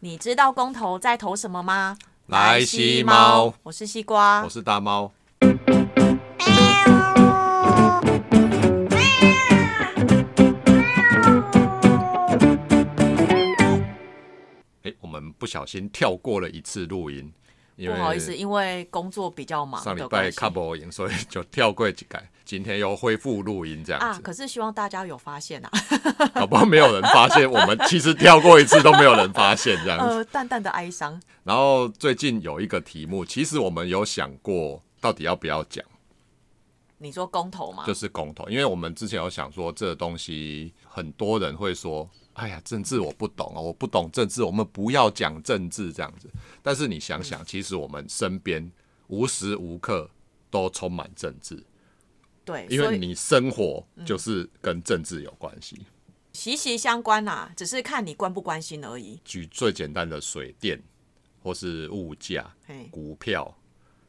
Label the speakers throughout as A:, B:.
A: 你知道公投在投什么吗？
B: 来西猫，
A: 我是西瓜
B: 我，是大猫。哎，我们不小心跳过了一次录音，因
A: 不
B: 为
A: 好意思，因为工作比较忙
B: 上礼
A: 的
B: 拜
A: 关系
B: 看不赢，所以就跳过几改。今天又恢复录音这样
A: 啊。
B: 子，
A: 可是希望大家有发现啊，
B: 搞不好没有人发现，我们其实跳过一次都没有人发现这样子。
A: 呃，淡淡的哀伤。
B: 然后最近有一个题目，其实我们有想过到底要不要讲，
A: 你说公投吗？
B: 就是公投，因为我们之前有想说这东西，很多人会说，哎呀，政治我不懂啊，我不懂政治，我们不要讲政治这样子。但是你想想，其实我们身边无时无刻都充满政治，
A: 对，
B: 因
A: 所
B: 为
A: 以
B: 你生活就是跟政治有关系。
A: 息息相关呐、只是看你关不关心而已。
B: 举最简单的水电或是物价，
A: 嘿，
B: 股票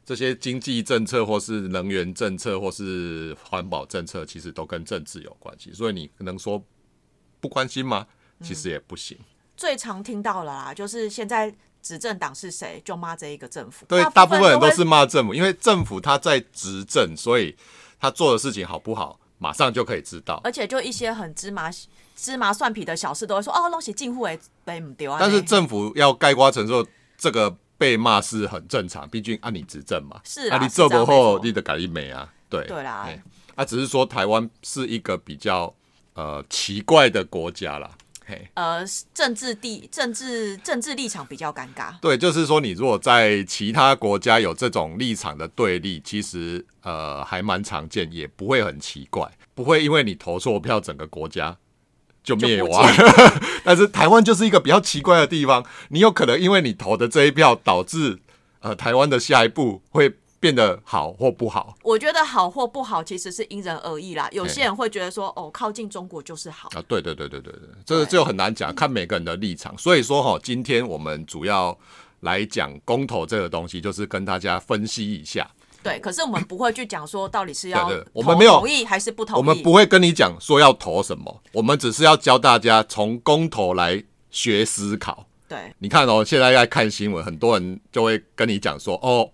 B: 这些经济政策，或是能源政策，或是环保政策，其实都跟政治有关系。所以你能说不关心吗？其实也不行。
A: 最常听到了啦，就是现在执政党是谁，就骂这一个政府。
B: 对，大部分人
A: 都
B: 都
A: 会
B: 是骂政府，因为政府他在执政，所以他做的事情好不好，马上就可以知道。
A: 而且就一些很芝麻芝麻蒜皮的小事，都会说哦，弄起近乎哎，被唔丢啊。
B: 但是
A: 这
B: 政府要盖瓜承受这个被骂是很正常，毕竟按你执政嘛，
A: 是啦
B: 啊你做不后
A: 是这样没错
B: 你的改一美啊，对
A: 对啦
B: 嘿啊只是说台湾是一个比较呃奇怪的国家啦，嘿，
A: 呃政治地政治政治立场比较尴尬。
B: 对，就是说你如果在其他国家有这种立场的对立，其实呃还蛮常见，也不会很奇怪，不会因为你投错票，整个国家。就灭
A: 就不
B: 亡， 但是台湾就是一个比较奇怪的地方，你有可能因为你投的这一票，导致呃台湾的下一步会变得好或不好
A: 我觉得好或不好其实是因人而异啦。有些人会觉得说哦，靠近中国就是好。
B: 啊。对对对对对对，这个就很难讲，看每个人的立场。所以说哈、今天我们主要来讲公投这个东西，就是跟大家分析一下。
A: 对，可是我们不会去讲说到底是要
B: 对对
A: 投
B: 我们没有
A: 同意还是不同意。
B: 我们不会跟你讲说要投什么，我们只是要教大家从公投来学思考。
A: 对
B: 你看哦，现在在看新闻，很多人就会跟你讲说，哦，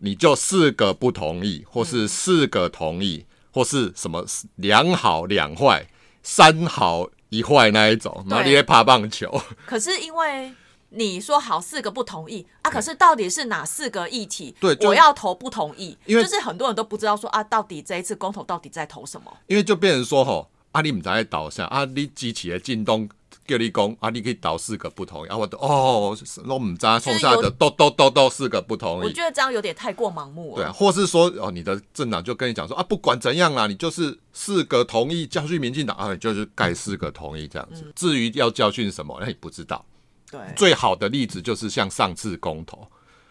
B: 你就四个不同意，或是四个同意，或是什么两好两坏、三好一坏那一种，然后你
A: 对
B: 也爬棒球，
A: 可是因为你说好四个不同意啊，可是到底是哪四个议题？
B: 对就
A: 我要投不同意，
B: 因为
A: 就是很多人都不知道说啊，到底这一次公投到底在投什么？
B: 因为就变成说吼，啊你唔知在导向，啊你支持的进东叫你讲，啊你可以导四个不同意，啊我都哦，都唔知冲下的都都都都四个不同意
A: 我。觉得这样有点太过盲目
B: 对啊，
A: 了。
B: 或是说哦，你的政党就跟你讲说啊，不管怎样啦，你就是四个同意教训民进党啊，你就是盖四个同意这样子。
A: 嗯
B: 至于要教训什么， 那你不知道。
A: 对
B: 最好的例子就是像上次公投，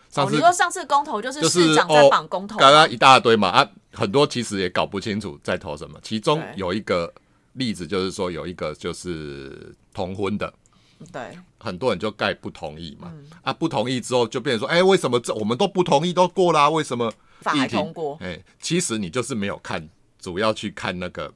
B: 上
A: 哦，
B: 次
A: 你说上次公投就是
B: 就是哦
A: 市长在绑公投，
B: 刚刚一大堆嘛啊，很多其实也搞不清楚在投什么。其中
A: 对
B: 有一个例子就是说，有一个就是同婚的，
A: 嗯对
B: 很多人就盖不同意嘛。
A: 嗯
B: 啊，不同意之后就变成说，哎、为什么这我们都不同意都过啦、为什么
A: 法
B: 议
A: 还
B: 题
A: 通过
B: 哎、其实你就是没有看，主要去看那个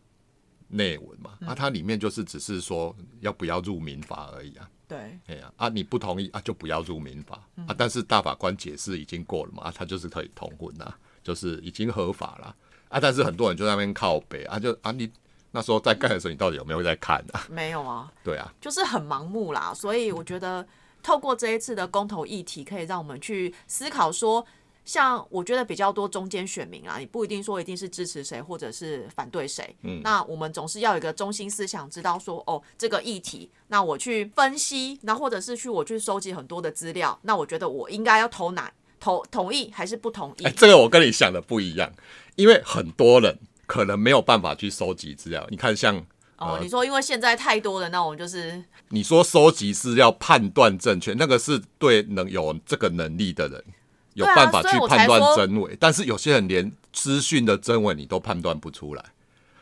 B: 内文
A: 嗯
B: 嘛。啊，它里面就是只是说要不要入民法而已啊。
A: 对
B: 哎呀、啊，你不同意啊，就不要入民法、
A: 嗯
B: 啊。但是大法官解释已经过了嘛，啊，他就是可以同婚啦、就是已经合法啦。啊。但是很多人就在那边靠北啊，就啊你那时候在干的时候，你到底有没有在看啊？
A: 没有啊，
B: 对啊，
A: 就是很盲目啦。所以我觉得透过这一次的公投议题，可以让我们去思考说。像我觉得比较多中间选民啊，你不一定说一定是支持谁或者是反对谁，嗯，那我们总是要有一个中心思想，知道说哦这个议题，那我去分析，那或者是去我去收集很多的资料，那我觉得我应该要投哪投同意还是不同意？
B: 哎、这个我跟你想的不一样，因为很多人可能没有办法去收集资料。你看像，
A: 哦，你说因为现在太多的那种就是
B: 你说收集资料判断正确，那个是对能有这个能力的人有
A: 对啊
B: 办法
A: 所
B: 去
A: 以我才
B: 判断
A: 说
B: 真伪，但是有些人连资讯的真伪你都判断不出来，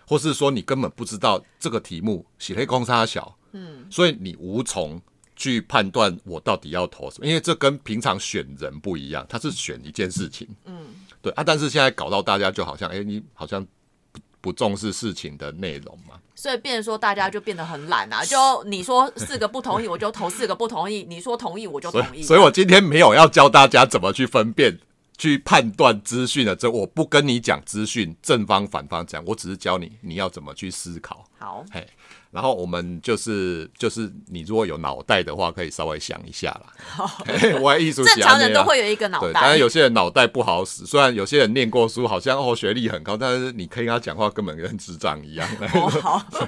B: 或是说你根本不知道这个题目喜黑公差小，嗯，所以你无从。去判断我到底要投什么，因为这跟平常选人不一样，他是选一件事情，嗯，对啊，但是现在搞到大家就好像，哎、你好像不不重视事情的内容嘛，
A: 所以变成说大家就变得很懒啊，就你说四个不同意，我就投四个不同意；你说同意，我就
B: 所
A: 同
B: 以，
A: 意。
B: 所以我今天没有要教大家怎么去分辨、去判断资讯的，这我不跟你讲资讯正方反方讲，我只是教你你要怎么去思考。
A: 好，
B: 嘿，然后我们就是就是你如果有脑袋的话，可以稍微想一下 啦。 嘿我还艺术
A: 正
B: 家
A: 常
B: 呢
A: 人都会有一个脑
B: 对，当然
A: 袋。
B: 有些人脑袋不好使，虽然有些人念过书，好像哦学历很高，但是你可以跟他讲话，根本跟智障一样。
A: 哦，好，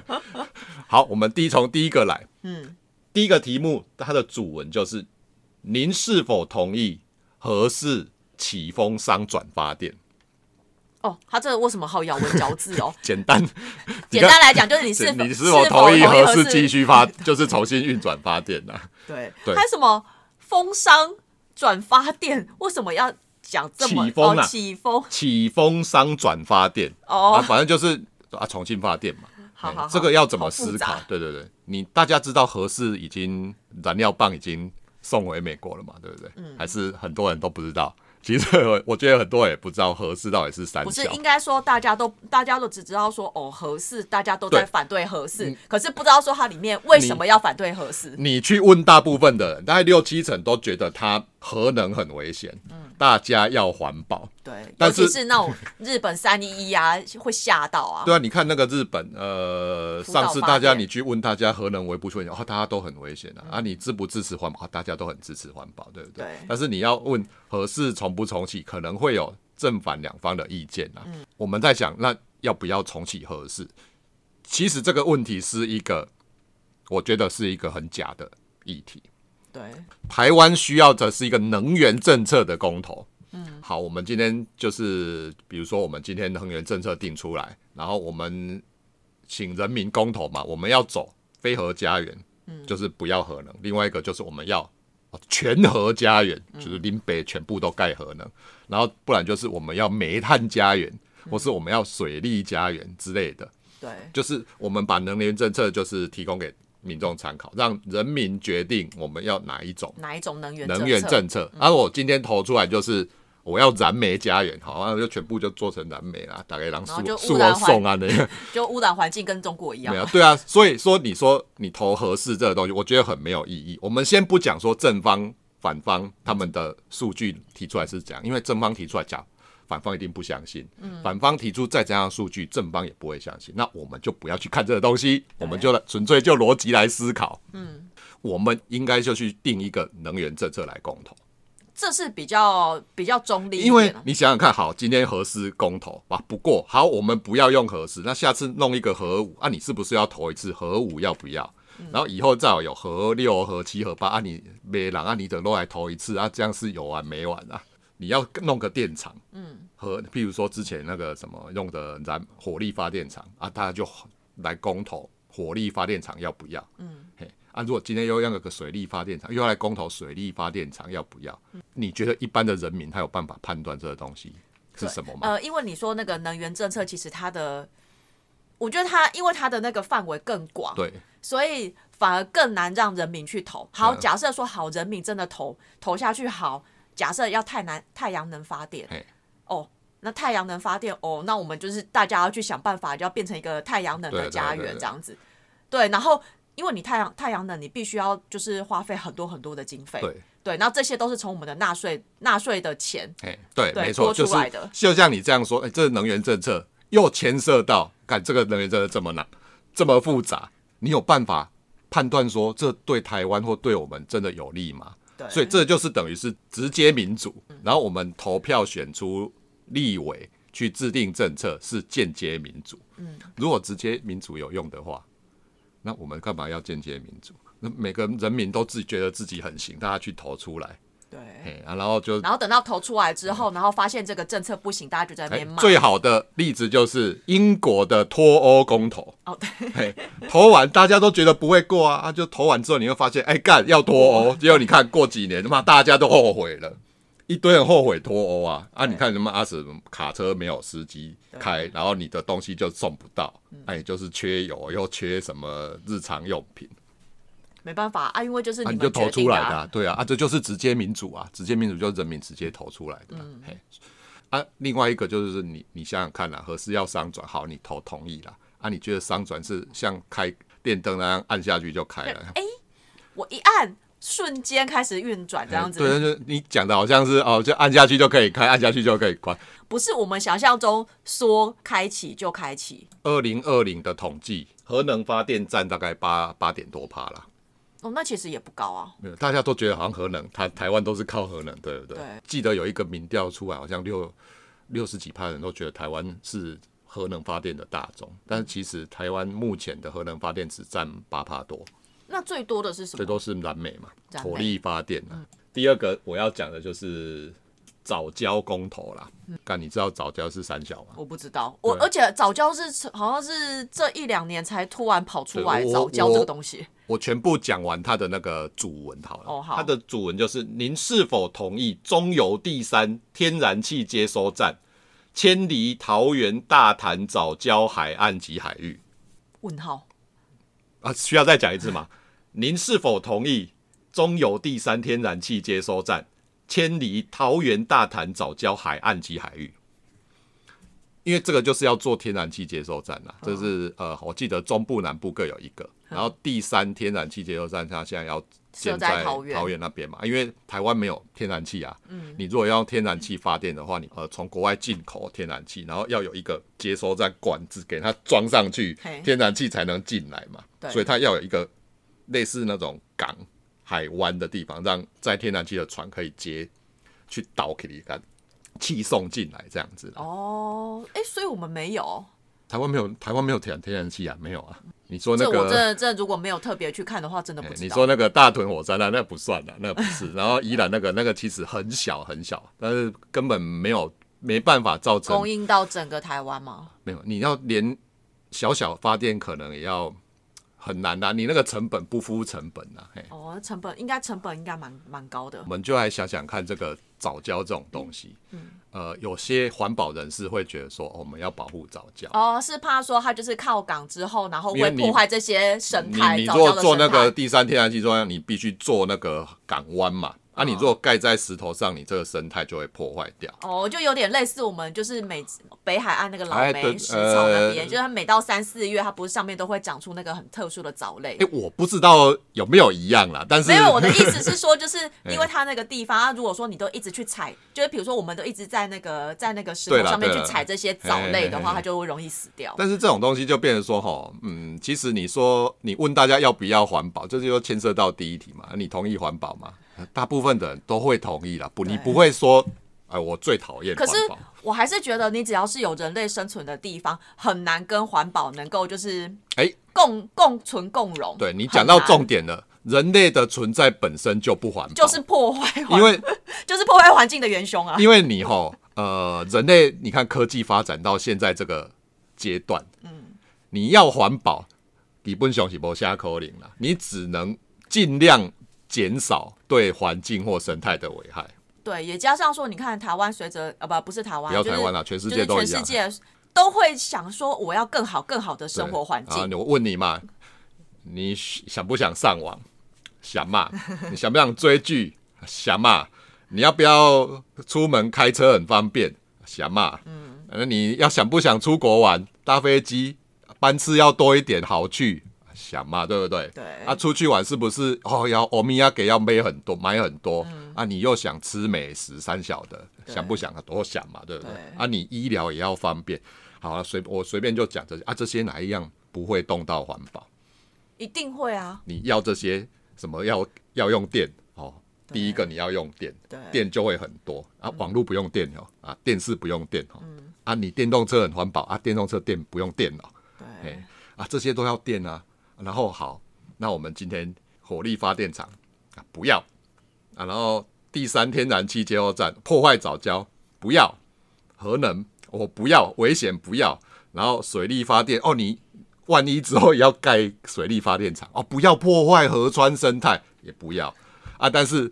B: 好，我们第一从第一个来，
A: 嗯，
B: 第一个题目它的主文就是“您是否同意合适启丰商转发电
A: 哦，他这个为什么好咬文嚼字 哦？”？
B: 简单，
A: 简单来讲，就是你是
B: 你
A: 否
B: 你是
A: 是
B: 否同意合适
A: 适
B: 继续发，就是重新运转发电呢、啊？
A: 对，
B: 对
A: 还有什么风商转发电？为什么要讲这么
B: 起风啊
A: 哦、起风
B: 启丰商转发电、啊，
A: 哦，
B: 反正就是啊重新发电嘛。
A: 好
B: 哎
A: 好好
B: 这个要怎么
A: 好复
B: 思
A: 杂
B: 考？对对对，你大家知道合适已经燃料棒已经送回美国了嘛？对不对？
A: 嗯
B: 还是很多人都不知道。其实我我觉得很多人也不知道合适到底是三
A: 不是
B: 小。
A: 应该说大家都大家都只知道说哦合适，大家都在
B: 对嗯
A: 反对合适，可是不知道说它里面为什么要反对合适。
B: 你去问大部分的人，大概六七成都觉得它核能很危险，
A: 嗯
B: 大家要环保。
A: 对，
B: 但
A: 尤其
B: 是
A: 是那种日本三一一啊， 会吓到啊。
B: 对啊，你看那个日本，呃，
A: 福岛
B: 上次大家
A: 发电嗯
B: 你去问大家核能危不危险，哦，大家都很危险啊。啊，你支不支持环保？啊大家都很支持环保，对不对？
A: 对
B: 但是你要问合适重不重启，可能会有正反两方的意见啊。
A: 嗯
B: 我们在想，那要不要重启合适？其实这个问题是一个，我觉得是一个很假的议题。
A: 对
B: 台湾需要的是一个能源政策的公投。嗯，好，我们今天就是，比如说我们今天能源政策定出来，然后我们请人民公投嘛，我们要走非核家园，嗯，就是不要核能；另外一个就是我们要哦全核家园，就是林北全部都盖核能，然后不然就是我们要煤炭家园，或是我们要水利家园之类的。
A: 对
B: 就是我们把能源政策就是提供给民众参考，让人民决定我们要哪一种。
A: 哪一种能源
B: 能源
A: 政策？
B: 政策。啊，我今天投出来就是我要燃煤家园，好，啊、就全部就做成燃煤啦，大概让
A: 然后就
B: 树
A: 污
B: 树
A: 染
B: 要
A: 环
B: 送啊那个
A: 就污染环境跟中国一样
B: 没有，对啊，所以说你说你投合适这个东西，我觉得很没有意义。我们先不讲说正方反方他们的数据提出来是怎样，因为正方提出来讲。反方一定不相信，
A: 嗯
B: 反方提出再怎样的数据，正方也不会相信。那我们就不要去看这个东西，我们就来纯粹就逻辑来思考。嗯，我们应该就去定一个能源政策来共同。
A: 这是比较比较中立一
B: 因为
A: 点啊。
B: 你想想看，好，今天核四公投吧，不过好，我们不要用核四，那下次弄一个核五啊，你是不是要投一次核五要不要？
A: 嗯
B: 然后以后再有核六、核七、核八啊，你没人啊，你等都来投一次啊，这样是有完没完啊？你要弄个电厂，嗯，和譬如说之前那个什么用的燃火力发电厂啊，大家就来公投火力发电厂要不要？嗯，嘿，啊，如果今天又要个水力发电厂，又要来公投水力发电厂要不要？你觉得一般的人民他有办法判断这个东西是什么吗？
A: 呃，因为你说那个能源政策，其实它的，我觉得它因为它的那个范围更广，
B: 对，
A: 所以反而更难让人民去投。好，
B: 嗯
A: 假设说好，人民真的投投下去好，假设要太南太阳能发电
B: 嘿，
A: 哦，那太阳能发电哦，那我们就是大家要去想办法，就要变成一个太阳能
B: 对
A: 的
B: 对
A: 家
B: 对
A: 园
B: 对
A: 这样子。对，然后因为你太阳太阳能，你必须要就是花费很多很多的经费，
B: 对，
A: 对，那这些都是从我们的纳税纳税的钱，
B: 哎，对，
A: 对
B: 没错，
A: 多出
B: 就是
A: 来的
B: 就像你这样说，哎，这能源政策又牵涉到，看这个能源政策这么难，这么复杂，你有办法判断说这对台湾或对我们真的有利吗？
A: 对，
B: 所以这就是等于是直接民主，然后我们投票选出立委去制定政策，是间接民主。嗯，如果直接民主有用的话，那我们干嘛要间接民主？那每个人民都自己觉得自己很行，大家去投出来，
A: 对。
B: 嘿，啊、然后就
A: 嗯然后等到投出来之后，然后发现这个政策不行，大家就在那
B: 嗯哎
A: 边骂。
B: 最好的例子就是英国的脱欧公投，
A: 哦，对，
B: 嘿，投完大家都觉得不会过啊，啊就投完之后你会发现，哎、干要脱欧，结果你看过几年他妈大家都后悔了，一堆人后悔脱欧啊，啊你看他妈阿什么卡车没有司机开，然后你的东西就送不到，那、也就是缺油又缺什么日常用品，
A: 没办法啊，因为就是
B: 啊
A: 你们
B: 你就投
A: 决定
B: 出来的、
A: 啊。
B: 啊，对啊，啊这就是直接民主啊，直接民主就是人民直接投出来的啊、
A: 嗯
B: 嘿，啊，另外一个就是你你想想看啦，何适要商转，好，你投同意啦，啊，你觉得商转是像开电灯那样按下去就开了？
A: 我一按，瞬间开始运转这样子。
B: 哎对，就是你讲的好像是哦，就按下去就可以开，按下去就可以关。
A: 不是我们想象中说开启就开启。
B: 二零二零的统计，核能发电占大概八八点多趴啦。
A: 哦，那其实也不高啊。
B: 没有，大家都觉得好像核能，台台湾都是靠核能，对不对？
A: 对
B: 记得有一个民调出来，好像六六十几趴的人都觉得台湾是核能发电的大宗，但是其实台湾目前的核能发电只占八趴多，
A: 那最多的是什
B: 这
A: 么？
B: 都是燃煤嘛，
A: 燃煤
B: 火力发电啊。第二个我要讲的就是早交公投啦。但你知道早交是三小吗？
A: 我不知道。我
B: 对
A: 而且早教是好像是这一两年才突然跑出来
B: 对我
A: 早教
B: 我
A: 这个东西。
B: 我全部讲完它的那个主文好了。
A: 哦好
B: 它的主文就是：您是否同意中油第三天然气接收站迁离桃园大潭早礁海岸及海域？
A: 问号。
B: 啊，需要再讲一次吗？您是否同意中油第三天然气接收站迁离桃园大潭早礁海岸及海域？因为这个就是要做天然气接收站啦，
A: 哦
B: 这是呃，我记得中部、南部各有一个，然后第三天然气接收站它现在要建
A: 设在
B: 在
A: 桃园
B: 桃园那边嘛，因为台湾没有天然气啊，嗯，你如果要用天然气发电的话，你呃从国外进口天然气，然后要有一个接收站管子给它装上去
A: 嘿，
B: 天然气才能进来嘛，
A: 对
B: 所以它要有一个类似那种港、海湾的地方，让载天然气的船可以接去倒给你看，气送进来这样子。
A: 哦，哎、所以我们没有。
B: 台湾没有，台湾没有天天然气啊，没有啊。你说那
A: 这我真
B: 个，
A: 的真的如果没有特别去看的话，真的
B: 哎
A: 不知
B: 你
A: 道。
B: 说那个大屯火山啊，那不算的、那不 是。然后宜兰那个，那个其实很小很小，但是根本没有没办法造成
A: 供应到整个台湾吗？
B: 没有，你要连小小发电可能也要很难啊，你那个成本不敷成本啊，嘿。
A: 哦，那成本应该成本应该蛮蛮高的
B: 我。们就来想想看这个早教这种东西。呃，有些环保人士会觉得说，哦我们要保护早教。
A: 哦，是怕说它就是靠港之后，然后
B: 因
A: 会
B: 为你
A: 破坏这些生
B: 你
A: 态。
B: 你
A: 早
B: 如果
A: 教的
B: 做那
A: 生态
B: 个第三天然气中央，你必须做那个港湾嘛。啊，你如果盖在石头上，你这个生态就会破坏掉。
A: 哦，就有点类似我们就是每次北海岸那个老
B: 哎
A: 梅
B: 对
A: 石草那
B: 呃
A: 边，就是它每到三四月，它不是上面都会长出那个很特殊的藻类
B: 哎、。我不知道有没有一样啦，但是哎
A: 没有，我的意思是说，就是因为它那个地方，它如果说你都一直去采，就是比如说我们都一直在那个在那个石头
B: 对啦
A: 上面
B: 对
A: 去
B: 啦
A: 采这些藻类的
B: 嘿嘿
A: 话，
B: 嘿
A: 它就会容易死掉。
B: 但是这种东西就变成说，哈，嗯，其实你说你问大家要不要环保，这就又牵涉到第一题嘛，啊你同意环保吗？大部分的人都会同意啦，不，你
A: 对
B: 不会说，哎、我最讨厌
A: 可
B: 环
A: 是
B: 保。
A: 我还是觉得，你只要是有人类生存的地方，很难跟环保能够就是
B: 哎
A: 共共存共荣。
B: 对你讲到
A: 很难
B: 重点了，人类的存在本身就不环保，
A: 就是破坏环，
B: 因为
A: 就是破坏环境的元凶啊。
B: 因为你吼，呃，人类你看科技发展到现在这个阶段，嗯，你要环保，基本上是无下口令啦，你只能尽量减少对环境或生态的危害。
A: 对，也加上说，你看台湾随着啊不不是台湾，
B: 不要
A: 就是
B: 台湾啦全世界
A: 就是
B: 都
A: 全
B: 一
A: 世
B: 样
A: 界都会想说我要更好更好的
B: 对
A: 生活环
B: 啊
A: 境。
B: 我问你嘛，你想不想上网？想嘛？你想不想追剧？想嘛？你要不要出门开车很方便？想嘛？嗯，那你要想不想出国玩？搭飞机班次要多一点，好去。想嘛，对不对？
A: 对
B: 啊，出去玩是不是哦？要欧米亚给要买很多，买很多、啊。你又想吃美食，三小的，想不想啊？都想嘛，对不对？
A: 对
B: 啊，你医疗也要方便。好啊，随我随便就讲这些啊，这些哪一样不会动到环保？
A: 一定会啊，
B: 你要这些什么要要用电哦？第一个你要用电
A: 对，
B: 电就会很多啊。网络不用电哦，啊，电视不用电哦，啊，你电动车很环保啊，电动车电不用电哦，
A: 对，。
B: 哎啊，这些都要电啊。然后好，那我们今天火力发电厂啊不要啊，然后第三天然气接收站破坏早教不要，核能我不要，危险不要，然后水力发电哦，你万一之后也要盖水力发电厂哦，不要破坏河川生态也不要啊，但是。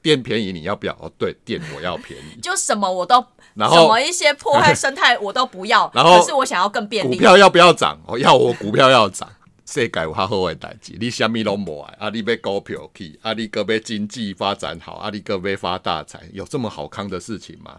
B: 电便宜你要不要？哦，对，电我要便宜
A: 就什么我都，
B: 然
A: 什
B: 后
A: 么一些破坏生态我都不要，
B: 然后
A: 可是我想要更便
B: 股
A: 利。
B: 票要不要涨？哦，要我股票要涨。 世界有较好诶代志，你虾米拢无爱啊！你要股票去，啊你个要经济发展好，啊你个要发大财，有这么好康的事情吗？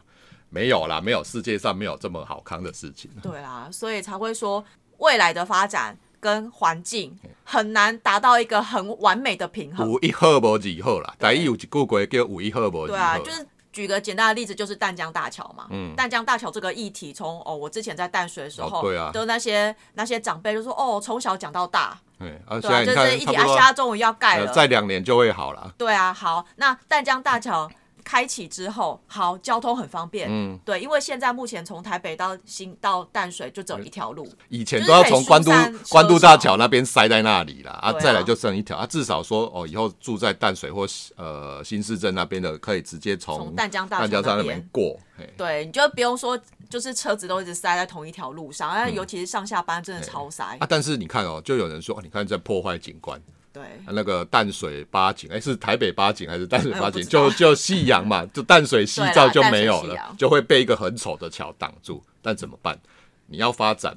B: 没有啦，没有，世界上没有这么好康的事情。
A: 啊对啦，所以才会说未来的发展跟环境很难达到一个很完美的平衡。
B: 有一好无二好啦，台语有一句话叫有一好无
A: 对
B: 二
A: 啊，
B: 好。
A: 就是举个简单的例子，就是淡江大桥嘛。嗯，淡江大桥这个议题从，哦，我之前在淡水的时候，
B: 哦对啊
A: 都那些那些长辈就说，哦，从小讲到大，
B: 对啊，
A: 对
B: 现
A: 啊，
B: 在
A: 就
B: 你
A: 是一体
B: 看差不
A: 啊，
B: 多
A: 现在终于要盖
B: 呃
A: 了。
B: 再两年就会好了。
A: 对啊，好，那淡江大桥开启之后，好，交通很方便。嗯，对，因为现在目前从台北到新到淡水就只有一条路。
B: 以前
A: 就是
B: 都要
A: 可以
B: 从
A: 疏
B: 关渡
A: 散
B: 关渡
A: 车
B: 大
A: 潮
B: 桥那边塞在那里啦，啊，
A: 对啊
B: 再来就剩一条啊，至少说哦，以后住在淡水或呃新市镇那边的，可以直接从
A: 从淡江大
B: 淡
A: 桥
B: 江
A: 那
B: 上那
A: 边
B: 边过。嘿
A: 对，你就不用说，就是车子都一直塞在同一条路上，那、尤其是上下班真的超塞。
B: 嗯啊，但是你看哦，就有人说，哦你看在破坏景观，
A: 对，
B: 啊那个淡水八景，哎，是台北八景还是淡水
A: 哎
B: 八
A: 我不
B: 景？
A: 知
B: 就
A: 道
B: 就夕阳嘛，就淡水夕
A: 对啦
B: 照就
A: 淡
B: 没
A: 水
B: 有
A: 夕
B: 了
A: 阳，
B: 就会被一个很丑的桥挡住。但怎么办？你要发展，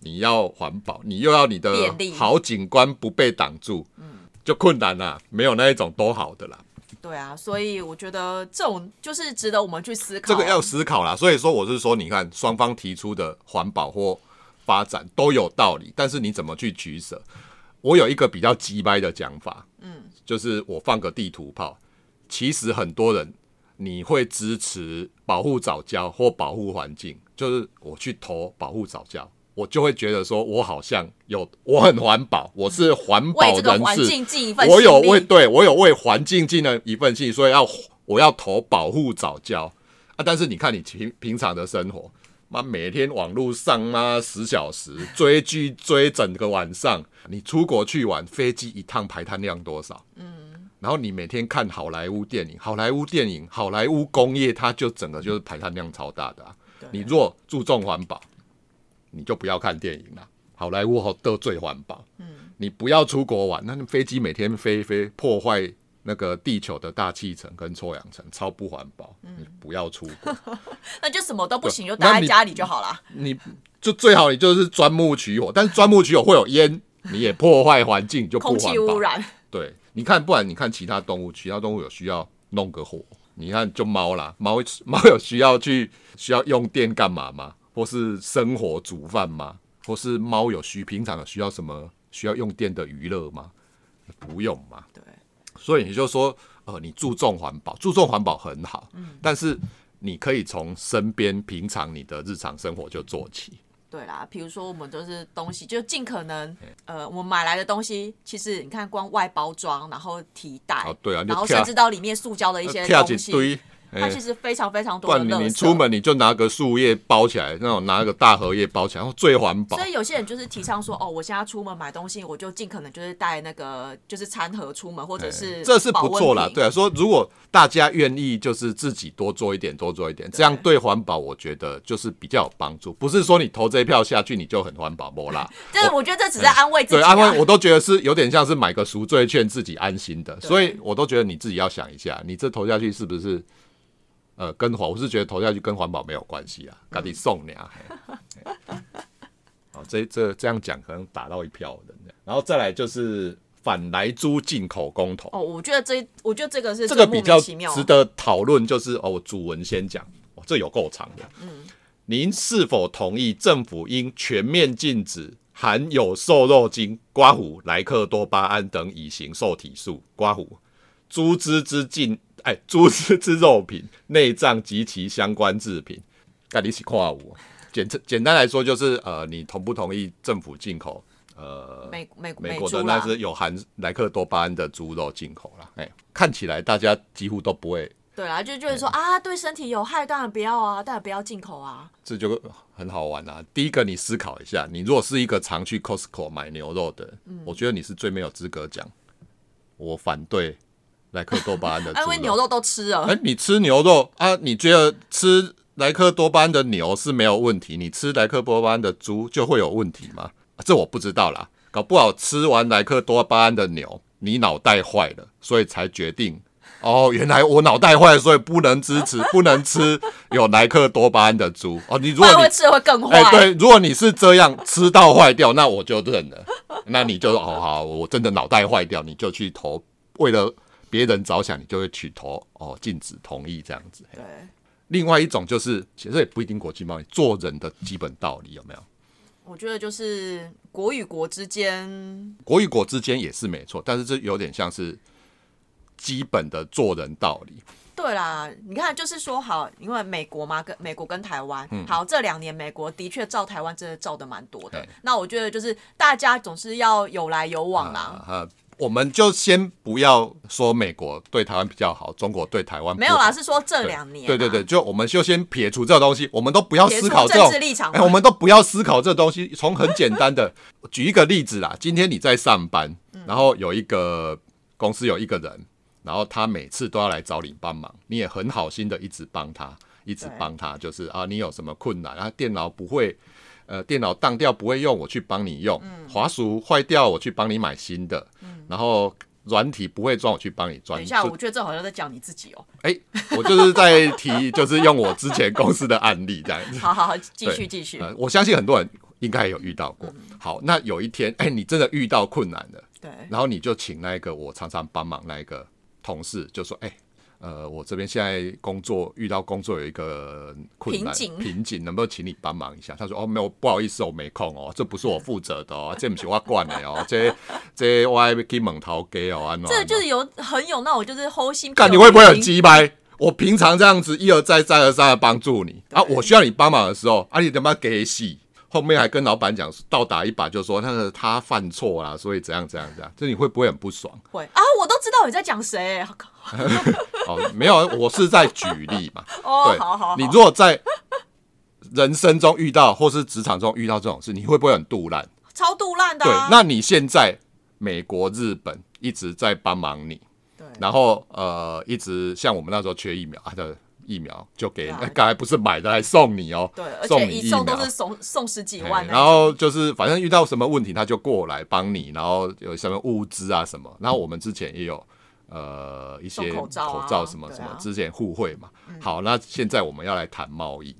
B: 你要环保，你又要你的
A: 便利嗯
B: 好景观不被挡住，就困难啦，没有那一种都好的啦，
A: 对啊，所以我觉得这种就是值得我们去思考。
B: 这个要思考啦。所以说，我是说，你看双方提出的环保或发展都有道理，但是你怎么去取舍？我有一个比较鸡掰的讲法，嗯，就是我放个地图炮。其实很多人你会支持保护早教或保护环境，就是我去投保护早教，我就会觉得说我好像有我很环保，我是环
A: 为
B: 保
A: 这个
B: 人
A: 环
B: 士，
A: 境尽一份
B: 我有
A: 心力
B: 为对我有为环境尽了一份心，所以要我要投保护早教啊。但是你看你平平常的生活，妈每天网络上妈十小时追剧追整个晚上，你出国去玩，飞机一趟排碳量多少？嗯，然后你每天看好莱坞电影，好莱坞电影，好莱坞工业，它就整个就是排碳量超大的、啊。你若注重环保，你就不要看电影了。好莱坞好得罪环保，嗯，你不要出国玩，那你飞机每天飞一飞，破坏那个地球的大气层跟臭氧层，超不环保。
A: 嗯
B: 你不要出国，
A: 那就什么都不行，
B: 对
A: 就待
B: 那
A: 在
B: 你
A: 家里就好啦。
B: 你就最好你就是钻木取火，但是钻木取火会有烟，你也破坏环境，你就不
A: 空
B: 环
A: 气
B: 保
A: 污。染，
B: 对，你看，不然你看其他动物，其他动物有需要弄个火，你看就猫啦，猫猫有需要去需要用电干嘛吗？或是生火煮饭吗？或是猫有需平常有需要什么需要用电的娱乐吗？不用嘛。
A: 对，
B: 所以你就说，呃，你注重环保，注重环保很好，
A: 嗯
B: 但是你可以从身边平常你的日常生活就做起。
A: 对啦，比如说我们就是东西，就尽可能，呃，我们买来的东西，其实你看光外包装，然后提袋，
B: 哦对啊你就
A: 然后
B: 跳
A: 甚至到里面塑胶的一些
B: 跳
A: 东
B: 几
A: 西，
B: 呃堆，
A: 它
B: 哎
A: 其实非常非常
B: 不
A: 多的
B: 然你
A: 垃圾。
B: 你出，门你就拿个树叶包起来，那种拿个大荷叶包起来，然后最环保
A: 所。以有些人就是提倡说，哦，我现在出门买东西，我就尽可能就是带那个就是餐盒出门，或者是
B: 哎这是
A: 保
B: 不
A: 温
B: 错啦，
A: 瓶
B: 对啊，说如果大家愿意，就是自己多做一点，多做一点，这样对环保我觉得就是比较有帮助。不是说你投这一票下去你就很环保，不啦，
A: 但是我觉得这只是安慰自己、
B: 哎对，
A: 啊
B: 安慰我都觉得是有点像是买个赎罪券，自己安心的，所以我都觉得你自己要想一下，你这投下去是不是呃跟环？我是觉得投下去跟环保没有关系啊，
A: 嗯
B: 赶紧送你啊。嘿嘿 哦，这这这样讲可能打到一票人这样，然后再来就是反来猪进口公投，
A: 哦，我觉得这，我觉得这个是
B: 这个
A: 真
B: 比
A: 莫
B: 较
A: 名其妙啊
B: 值得讨论，就是哦，我主文先讲，哦，这有够长的。嗯，您是否同意政府应全面禁止含有瘦肉精、瓜胡、莱克多巴胺等乙型受体素、瓜胡、猪脂之进 哎猪脂之肉品、内脏及其相关制品，干你一起跨五。简简单来说就是呃，你同不同意政府进口呃
A: 美美
B: 美
A: 美
B: 国
A: 猪
B: 的
A: 啦
B: 那是有含莱克多巴胺的猪肉进口啦，哎、看起来大家几乎都不会，
A: 对啦，就就是说
B: 哎
A: 啊，对身体有害，当然不要啊，当然不要进口啊。
B: 这就很好玩啦、啊第一个，你思考一下，你如果是一个常去 Costco 买牛肉的，我觉得你是最没有资格讲，我反对莱克多巴胺的猪
A: 啊因为牛
B: 肉。
A: 肉都吃了，
B: 哎、你吃牛肉啊？你觉得吃莱克多巴胺的牛是没有问题，你吃莱克多巴胺的猪就会有问题吗？啊这我不知道啦，搞不好吃完莱克多巴胺的牛，你脑袋坏了，所以才决定。哦，原来我脑袋坏了，所以不能支持，不能吃有莱克多巴胺的猪。哦，你如
A: 不
B: 果
A: 然会
B: 你
A: 吃得会更坏。
B: 哎、对，如果你是这样吃到坏掉，那我就认了。那你就哦好，我真的脑袋坏掉，你就去投，为了别人着想，你就会去投哦，禁止同意这样子。
A: 对
B: 另外一种就是，其实也不一定国际贸易，做人的基本道理有没有？
A: 我觉得就是国与国之间，
B: 国与国之间也是没错，但是这有点像是基本的做人道理。
A: 对啦，你看就是说好，因为美国嘛，跟美国跟台湾，
B: 嗯
A: 好这两年美国的确照台湾真的照的蛮多的
B: 对。
A: 那我觉得就是大家总是要有来有往啦，
B: 啊、呃我们就先不要说美国对台湾比较好，中国对台湾不
A: 没有啦，
B: 好
A: 是说这两年、啊，
B: 对对对，就我们就先撇除这个东西，我们都不要思考这
A: 撇除
B: 种
A: 政治立场
B: 哎，我们都不要思考这东西。从很简单的举一个例子啦，今天你在上班，
A: 嗯
B: 然后有一个公司有一个人，然后他每次都要来找你帮忙，你也很好心的一直帮他，一直
A: 对
B: 帮他，就是啊，你有什么困难啊，电脑不会。呃，电脑当掉不会用，我去帮你用；
A: 嗯
B: 滑鼠坏掉，我去帮你买新的。然后软体不会装，我去帮你装。
A: 等一下，
B: 就
A: 我觉得这好像在讲你自己哦。
B: 哎、我就是在提，就是用我之前公司的案例这样子。
A: 好好好， 继续
B: 对
A: 继续。嗯
B: 呃，我相信很多人应该有遇到过。好，那有一天，哎、你真的遇到困难了，
A: 对，
B: 然后你就请那个我常常帮忙那个同事，就说，哎、呃，我这边现在工作遇到工作有一个困
A: 瓶
B: 难
A: 颈
B: 瓶颈，能不能请你帮忙一下？他说，哦，没有，不好意思，我没空哦，这不是我负责的哦，这不是我管的哦，这这我还要去蒙头给哦，安
A: 这就是有很有那种就是齁心。
B: 干你会不会很？鸡掰？我平常这样子一而再再而三的帮助你啊，我需要你帮忙的时候，啊你他妈给戏，后面还跟老板讲倒打一把，就说那个他犯错啦，所以怎样怎样怎样，这你会不会很不爽？
A: 会啊，我都知道你在讲谁。好
B: 哦，没有，我是在举例嘛。
A: 哦，
B: 对，
A: 好好好，
B: 你如果在人生中遇到或是职场中遇到这种事，你会不会很肚烂？
A: 超杜烂的
B: 对
A: 啊。，
B: 那你现在美国、日本一直在帮忙你，
A: 对
B: 然后呃，一直像我们那时候缺疫苗，他的疫苗就给，
A: 对啊
B: 那刚才不是买的，还送你哦，
A: 对，而
B: 送
A: 且
B: 你
A: 一
B: 疫
A: 送
B: 苗。
A: 都是送送十几
B: 哎
A: 万的。
B: 然后就是反正遇到什么问题，他就过来帮你，然后有什么物资啊什么。然后我们之前也有呃一些
A: 送口罩啊
B: 什么
A: 对
B: 什么
A: 啊，嗯
B: 之前互惠嘛。好，那现在我们要来谈贸易，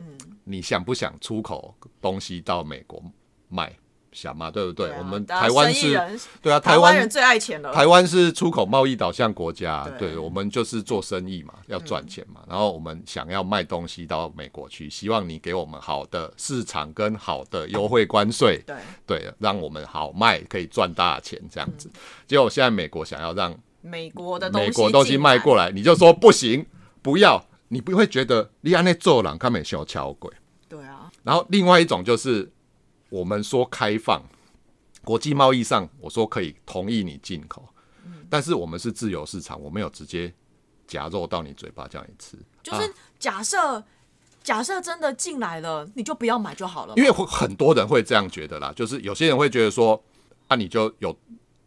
B: 嗯，你想不想出口东西到美国卖？想嘛，对不对？
A: 啊
B: 我们
A: 大家
B: 台湾
A: 生意
B: 是，
A: 人
B: 对啊，
A: 台
B: 台湾
A: 人最爱钱了。
B: 台湾是出口贸易导向国家，
A: 呃对嗯
B: 对我们就是做生意嘛，要赚钱嘛。然后我们想要卖东西到美国去，希望你给我们好的市场跟好的优惠关税，
A: 对，
B: 对，让我们好卖，可以赚大钱这样子。结果现在美国想要让
A: 美国的东西，
B: 美国东西卖过
A: 来，
B: 来，你就说不行，不要，你不会觉得你安内做人他们想敲鬼。
A: 对啊，
B: 然后另外一种就是我们说开放，国际贸易上我说可以同意你进口，但是我们是自由市场，我没有直接夹肉到你嘴巴叫你吃，
A: 就是假设假设真的进来了，你就不要买就好了嘛。
B: 因为会很多人会这样觉得啦，就是有些人会觉得说，啊，你就有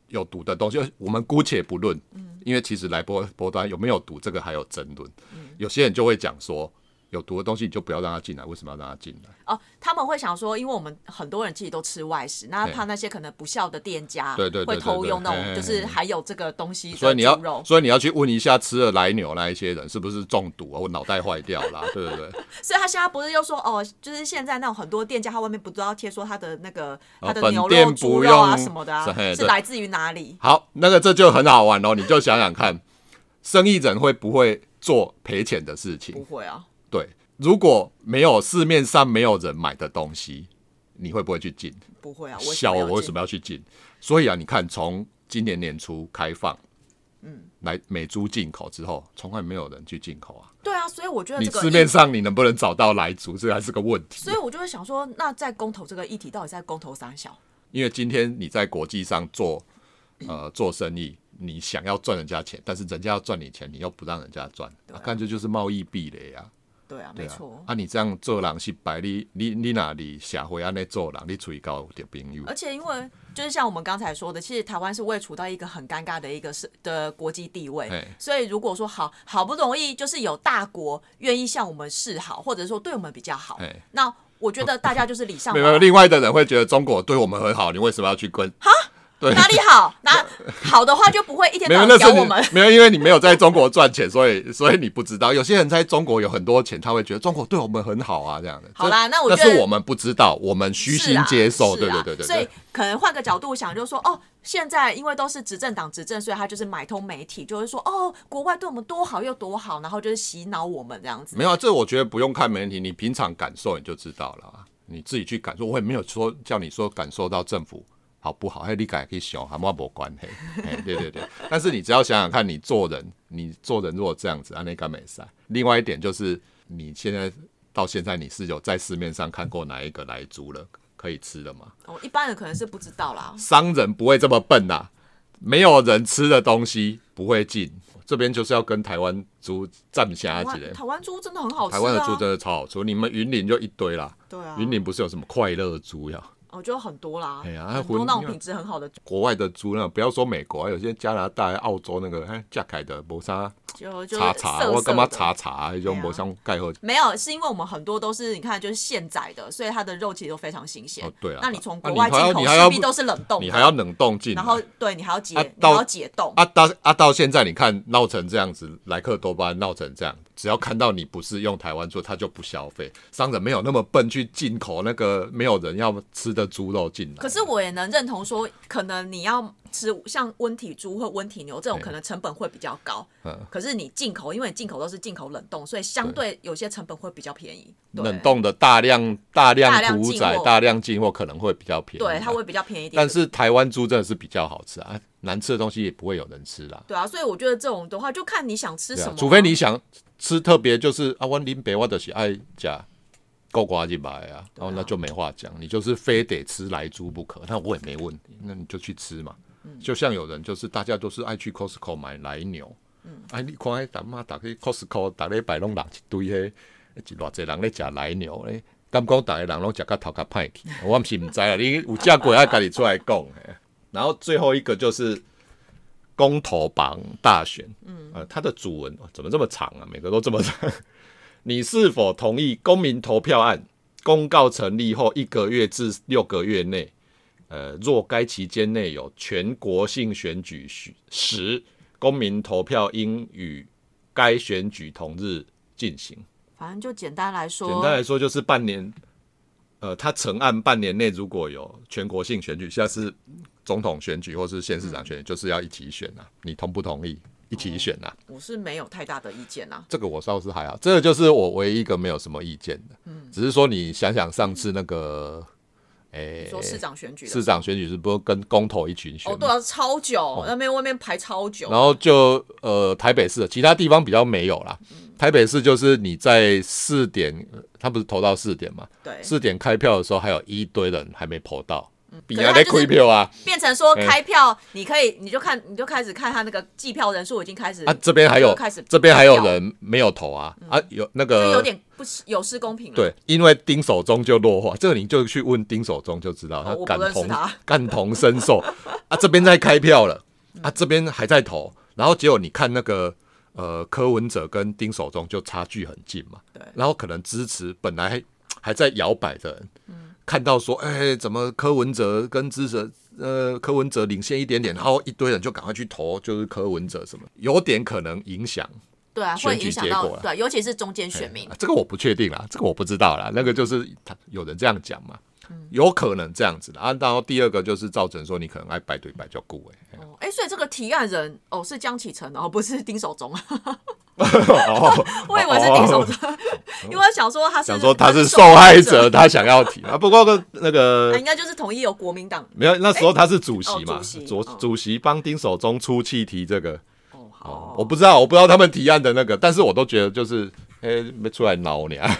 B: 有毒的东西，我们姑且不论，因为其实来波波端有没有毒这个还有争论，有些人就会讲说，有毒的东西你就不要让它进来，为什么要让它进来？
A: 哦，他们会想说，因为我们很多人其实都吃外食，那怕那些可能不孝的店家
B: 对对对
A: 会
B: 对
A: 偷
B: 对
A: 用那
B: 嘿
A: 种，
B: 嘿
A: 就是还有这个东西的
B: 所以你
A: 猪
B: 要，
A: 肉，
B: 所以你要去问一下吃了来牛那一些人是不是中毒啊？我脑袋坏掉啦、 对不对？
A: 所以他现在不是又说哦，就是现在那种很多店家他外面不都要贴说他的那个
B: 哦
A: 他的
B: 本
A: 牛肉、
B: 店
A: 猪
B: 不
A: 肉啊
B: 用
A: 什么的啊
B: 是，嘿
A: 是
B: 对
A: 来自于哪里？
B: 好，那个这就很好玩哦，你就想想看，生意人会不会做赔钱的事
A: 不
B: 情？
A: 会啊，
B: 对，如果没有市面上没有人买的东西，你会不会去进？
A: 不会啊，我
B: 小我为什
A: 么
B: 么要去进？所以啊，你看从今年年初开放，嗯，来美猪进口之后，从来没有人去进口啊。
A: 要进？对啊，所以我觉得
B: 你
A: 这个
B: 市
A: 议
B: 面上你能不能找到来猪，这还是个问题。
A: 所以我就会想说，那在公投这个议题到底在公投三小？
B: 因为今天你在国际上做呃做生意，你想要赚人家钱，但是人家要赚你钱，你又不让人家赚，啊干这、就是贸易壁垒啊！
A: 对啊，
B: 对
A: 没
B: 啊
A: 错。，
B: 啊你这样做人是白，你你你哪里社会安尼做人，你最高的朋友
A: 而且因为就是像我们刚才说的，其实台湾是未处到一个很尴尬的一个是的国际地位
B: 嘿，
A: 所以如果说好好不容易就是有大国愿意向我们示好，或者说对我们比较好
B: 嘿，
A: 那我觉得大家就是礼尚
B: 没
A: 往
B: 有没
A: 来。
B: 有，另外的人会觉得中国对我们很好，你为什么要去跟？ 对
A: 哪里好？那好的话就不会一天到
B: 没有，
A: 晚
B: 那
A: 咬
B: 是
A: 我们。
B: 你 没有，因为你没有在中国赚钱，所以所以你不知道。有些人在中国有很多钱，他会觉得中国对我们很好啊，这样的。
A: 好啦
B: 这
A: 那我
B: 那
A: 觉得
B: 是我们不知道，我们虚
A: 是
B: 心
A: 啊
B: 接受，
A: 是
B: 对对
A: 啊
B: 对对。
A: 所
B: 对
A: 以可能换个角度想，就是说，哦，现在因为都是执政党执政，所以他就是买通媒体，就是说，哦，国外对我们多好又多好，然后就是洗脑我们这样子。
B: 没有啊，这我觉得不用看媒体，你平常感受你就知道了啊。你自己去感受。我也没有说叫你说感受到政府好不好，还你改可以想，还我没关系。 嘿对对对，但是你只要想想看，你做人，你做人如果这样子，啊安内敢美赛。另外一点就是，你现在到现在你是有在市面上看过哪一个来猪了可以吃的吗？
A: 哦，一般人可能是不知道啦。
B: 商人不会这么笨呐、没有人吃的东西不会进。这边就是要跟台湾猪站
A: 台
B: 下去
A: 湾
B: 嘞。
A: 台湾猪真的很好吃、啊，
B: 啊台湾的猪真的超好吃，你们云林就一堆啦。
A: 对啊，哦
B: 云林不是有什么快乐猪呀？
A: 我觉得很多啦，
B: 哎呀
A: 很
B: 混
A: 多那种
B: 因为
A: 品质很好的猪，
B: 国外的猪呢，不要说美国，有些加拿大、澳洲那个，哎，加凯的谋杀
A: 就就是
B: 查查，
A: 色
B: 我
A: 色
B: 干嘛
A: 的啊
B: 查查？用谋杀盖喝。
A: 没有，是因为我们很多都是你看就是现宰的，所以它的肉其实都非常新鲜。
B: 哦对啊
A: 那你从
B: 啊
A: 国
B: 你
A: 外
B: 还要
A: 进口
B: 你还要
A: 势必都是冷冻的，
B: 你还要冷冻进来，
A: 然后对你还要解，
B: 啊
A: 你还
B: 到
A: 要解冻。
B: 啊到啊到现在，你看闹成这样子，莱克多巴胺闹成这样，只要看到你不是用台湾做，他就不消费。商人没有那么笨去进口那个没有人要吃的猪肉进来。
A: 可是我也能认同说，可能你要吃像温体猪或温体牛这种，
B: 对
A: 可能成本会比较高。
B: 嗯
A: 可是你进口，因为你进口都是进口冷冻，所以相对有些成本会比较便宜。对
B: 冷。冻的大量大量
A: 大量
B: 屠
A: 进
B: 宰、
A: 货
B: 大量进货可能会比较便宜啊，
A: 对，它会比较便宜一点。
B: 但是台湾猪真的是比较好吃啊，难吃的东西也不会有人吃啦。
A: 对啊，所以我觉得这种的话，就看你想吃
B: 对
A: 什么
B: 啊
A: 啊。，
B: 除非你想吃特别，就是啊，我林北我就是爱加够瓜进来啊，然后那就没话讲，你就是非得吃来猪不可，那我也没问你，那你就去吃嘛。
A: 嗯
B: 就像有人就是大家都是爱去 Costco 买来牛，
A: 嗯
B: 哎、你看迄大妈，大去 Costco，大家摆拢人一堆迄，一偌济人咧食奶牛咧，敢讲大家人拢食到头壳歹去，我毋是毋知 啊，你有食过爱家己出来讲。嘿然后最后一个就是公投榜大选，嗯，呃，它的主文哦怎么这么长啊？每个都这么长。 你是否同意公民投票案公告成立后一个月至六个月内，呃，若该期间内有全国性选举时，时公民投票应与该选举同日进行。
A: 反正就简单来说，
B: 简单来说，就是半年，呃，他成案半年内如果有全国性选举，像是总统选举或是县市长选举，就是要一起选啊。你同不同意？一起选啊？
A: 我是没有太大的意见啊啦。
B: 这个我倒是还好，这个就是我唯一一个没有什么意见的。
A: 嗯
B: 只是说你想想上次那个，诶、
A: 你说市长选举的
B: 市长选举是不是跟公投一群选
A: 哦，
B: 吗？
A: 对啊，超久，那边外面排超久
B: 然。后就呃台北市的，其他地方比较没有啦。
A: 嗯
B: 台北市就是你在四点，呃他不是投到四点嘛？
A: 对，嗯
B: 四点开票的时候，还有一堆人还没投到，比
A: 可是
B: 还
A: 他
B: 在
A: 就是
B: 开票啊！
A: 变成说
B: 哎
A: 开票，你可以，你就看，你就开始看他那个计票人数已经开始
B: 啊，这边还有
A: 就开始
B: 这边还有
A: 投票嗯
B: 人没有投啊！啊，有那
A: 就
B: 个
A: 有点不有失公平了。，
B: 对，因为丁守中就落化，这个你就去问丁守中就知道，
A: 哦我不
B: 感
A: 认识
B: 同
A: 他
B: 感同身受 啊。这边在开票了，
A: 嗯
B: 啊，这边还在投，然后结果你看那个呃柯文哲跟丁守中就差距很近嘛，
A: 对
B: 然后可能支持本来还还在摇摆的人，
A: 嗯
B: 看到说，哎、怎么柯文哲跟支持呃柯文哲领先一点点，然后一堆人就赶快去投，就是柯文哲什么，有点可能影响。
A: 对啊，会
B: 选举
A: 影响
B: 结
A: 到
B: 果啦
A: 对，尤其是中间选民
B: 啊，这个我不确定啦，这个我不知道啦。那个就是他有人这样讲嘛，
A: 嗯
B: 有可能这样子的啊。然后第二个就是造成说你可能爱摆对摆就顾 哎，
A: 哦，哎，所以这个提案人哦是江启臣哦，不是丁守中，
B: 哦，
A: 我以为是丁守中， 因为我想说他是
B: 想说他是
A: 受
B: 受害
A: 者
B: 者，，他想要提啊。不过个那
A: 啊
B: 个
A: 应该就是统一有国民党。
B: 没有，那时候他是主席
A: 哦
B: 嘛
A: 主席，
B: 主
A: 嗯
B: 主席帮丁守中出气提这个，
A: 哦，
B: 哦
A: 好，
B: 我不知道，我不知道他们提案的那个，但是我都觉得就是，哎、没出来挠你啊。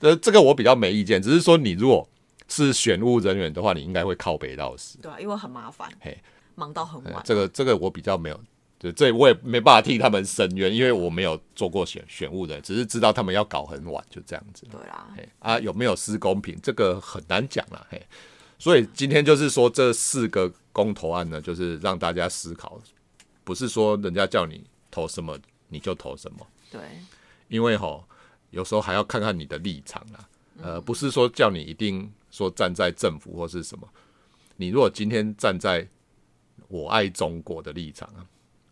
B: 呃， 这个我比较没意见，只是说你如果是选务人员的话，你应该会靠北到死。
A: 对啊，因为很麻烦
B: 嘿，
A: 忙到很
B: 呃
A: 晚。
B: 这个这个我比较没有，对，这我也没办法替他们申冤，因为我没有做过选选务的，只是知道他们要搞很晚，就这样子。
A: 对啦，
B: 嘿啊，有没有失公平，这个很难讲啦。嘿，所以今天就是说这四个公投案呢，就是让大家思考，不是说人家叫你投什么你就投什么，
A: 对，
B: 因为吼有时候还要看看你的立场啦。呃，不是说叫你一定说站在政府或是什么，你如果今天站在我爱中国的立场啊，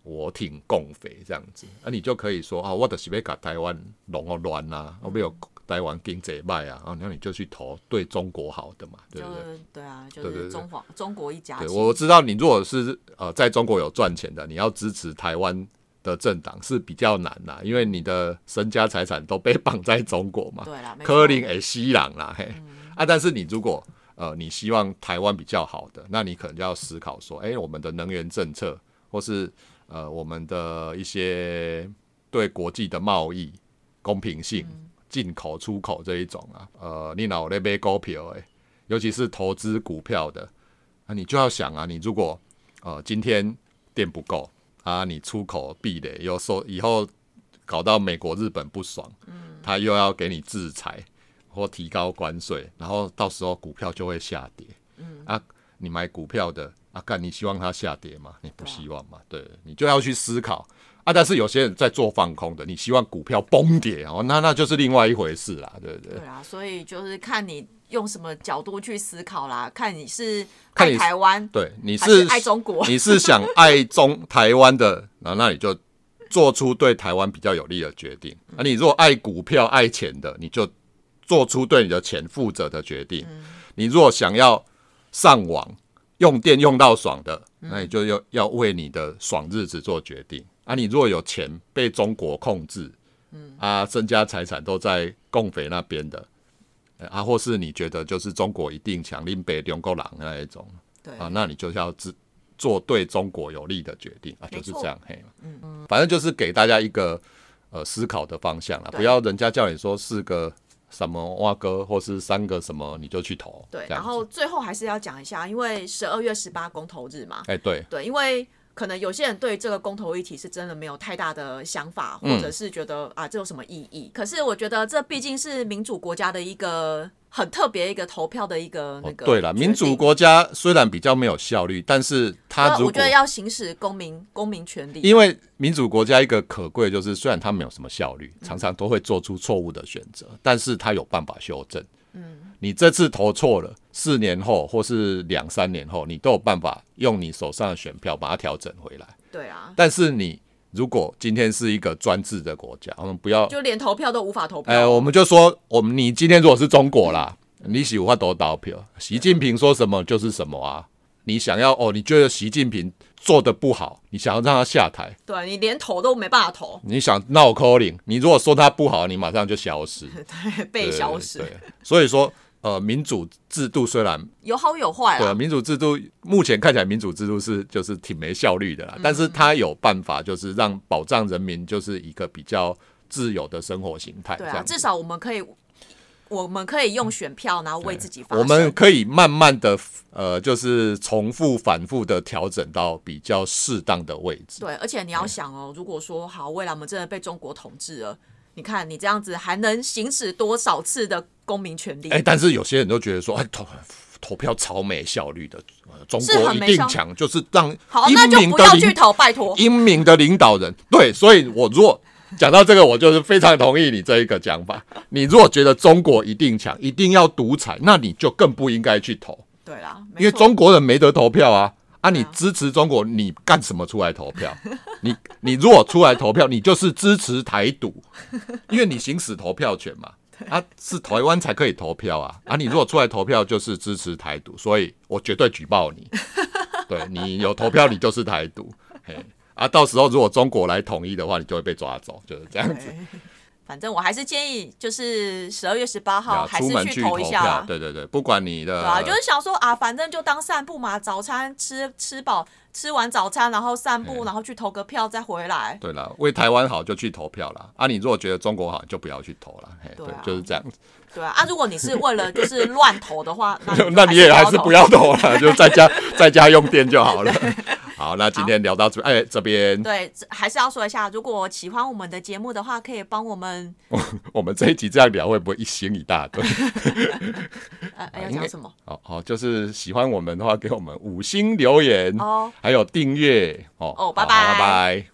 B: 我挺共匪这样子，啊，你就可以说啊，我的是被搞台湾弄哦乱啊，我没有台湾经济卖啊，啊，那你就去投对中国好的嘛，对
A: 就
B: 不对？
A: 是对啊，就
B: 对对
A: 是
B: 对
A: 中华中国一家
B: 对，
A: 亲。
B: 我知道你如果是呃在中国有赚钱的，你要支持台湾的政党是比较难啦，因为你的身家财产都被绑在中国嘛。
A: 对啦，没错嗯
B: 哎柯林诶，西朗啦嘿，啊，但是你如果呃你希望台湾比较好的，那你可能就要思考说，哎、我们的能源政策，或是呃我们的一些对国际的贸易公平性、
A: 嗯
B: 进口出口这一种啊，呃，你脑那边股票哎，尤其是投资股票的，啊，你就要想啊，你如果呃今天电不够啊，你出口壁垒又受以后搞到美国、日本不爽，他又要给你制裁或提高关税，然后到时候股票就会下跌。嗯啊，你买股票的啊，干你希望它下跌吗？你不希望嘛？对，啊你就要去思考啊。但是有些人在做放空的，你希望股票崩跌哦，那那就是另外一回事啦，对不对？
A: 对啊，所以就是看你用什么角度去思考啦，看你是
B: 看
A: 爱
B: 你
A: 台湾，
B: 对，你
A: 还
B: 是
A: 是爱中国
B: 你是想爱中台湾的，然后那你就做出对台湾比较有利的决定。那、你如果爱股票、爱钱的，你就做出对你的钱负责的决定。你如果想要上网用电用到爽的，那你就要要为你的爽日子做决定。啊，你如果有钱被中国控制，啊，身家财产都在共匪那边的。呃啊，或是你觉得就是中国一定强，令北中国狼那一种，
A: 对
B: 啊，那你就是要自做对中国有利的决定啊，
A: 没
B: 就是
A: 错
B: 这样嘿。嗯，反正就是给大家一个呃思考的方向啦，
A: 对
B: 不要人家叫你说四个什么蛙哥或是三个什么你就去投，
A: 对，
B: 这
A: 然
B: 样子
A: 后最后还是要讲一下，因为十二月十八公投日嘛，
B: 哎、对，
A: 对，因为可能有些人对这个公投议题是真的没有太大的想法，或
B: 嗯
A: 者是觉得、啊这有什么意义？可是我觉得这毕竟是民主国家的一个很特别一个投票的一个那
B: 哦
A: 个、
B: 对了，民主。国家虽然比较没有效率，但是
A: 那
B: 它如
A: 啊我
B: 果哦
A: 觉得要行使公民公民权利，
B: 因为民主国家一个可贵就是，虽然它没有什么效率，常常都会做出错误的选择，但是它有办法修正。嗯，你这次投错了，四年后或是两三年后，你都有办法用你手上的选票把它调整回来。
A: 对啊，
B: 但是你如果今天是一个专制的国家，我们不要
A: 就连投票都无法投票。
B: 哎，我们就说，我们你今天如果是中国啦，你喜欢投倒票，习近平说什么就是什么啊。你想要哦，你觉得习近平做的不好，你想要让他下台，
A: 对你连投都没办法投，
B: 你想闹 calling，你如果说他不好，你马上就消失，
A: 对， 被消失
B: 对，对所以说，呃，民主制度虽然
A: 有好有坏
B: 对、
A: 啦
B: 啊、。民主制度目前看起来民主制度是就是挺没效率的啦，
A: 嗯
B: 但是它有办法就是让保障人民就是一个比较自由的生活形态，这
A: 对啊，
B: 样
A: 至
B: 子。
A: 少我们可以，我们可以用选票，然后为自己发声。
B: 我们可以慢慢的，呃，就是重复、反复的调整到比较适当的位置。
A: 对，而且你要想哦，如果说好，未来我们真的被中国统治了，你看你这样子还能行使多少次的公民权利？
B: 哎、但是有些人都觉得说，哎，投投票超没效率的，呃中
A: 是
B: 国
A: 很
B: 一
A: 没
B: 定
A: 效
B: 强，就是让
A: 好，
B: 英
A: 那就
B: 明
A: 不
B: 的
A: 要
B: 领
A: 去投，拜托。
B: 英明的领导人。对，所以我如果讲到这个，我就是非常同意你这一个讲法。你如果觉得中国一定强，一定要独裁，那你就更不应该去投，
A: 对啦，没
B: 因为
A: 错
B: 中国人没得投票啊。啊，你
A: 对啊
B: 支持中国，你干什么出来投票？ 你你如果出来投票，你就是支持台独， 因为你行使投票权嘛。啊，是台湾才可以投票啊！啊，你如果出来投票，就是支持台独，所以我绝对举报 你。对你有投票，你就是台独。嘿，啊，到时候如果中国来统一的话，你就会被抓走，就是这样子。
A: 对反正我还是建议，就是十二月十八号
B: 啊
A: 还
B: 出
A: 是
B: 门
A: 去
B: 投
A: 投一下啊
B: 票
A: 啦，。
B: 对对对，不管你的，
A: 对啊，就是想说啊，反正就当散步嘛，早餐吃吃饱，吃完早餐然后散步，然后去投个票再回来。
B: 对啦，为台湾好就去投票啦。啊，你如果觉得中国好，你就不要去投啦。嘿，
A: 对
B: 对
A: 啊，
B: 就是这样子。
A: 对啊，啊，如果你是为了就是乱投的话，那
B: 那你也还是
A: 投
B: 不要投 啦，就在家在家用电就好了。好，那今天聊到这，哎，这边
A: 对，这还是要说一下，如果喜欢我们的节目的话，可以帮我们
B: 我们这一集这样聊会不会一星一大 堆？
A: 呃，哎
B: 啊
A: 要
B: 应
A: 讲
B: 该
A: 什么？
B: 好好，就是喜欢我们的话，给我们五星留言
A: 哦
B: 还有订阅哦。
A: 哦拜
B: 好拜
A: 拜
B: 拜。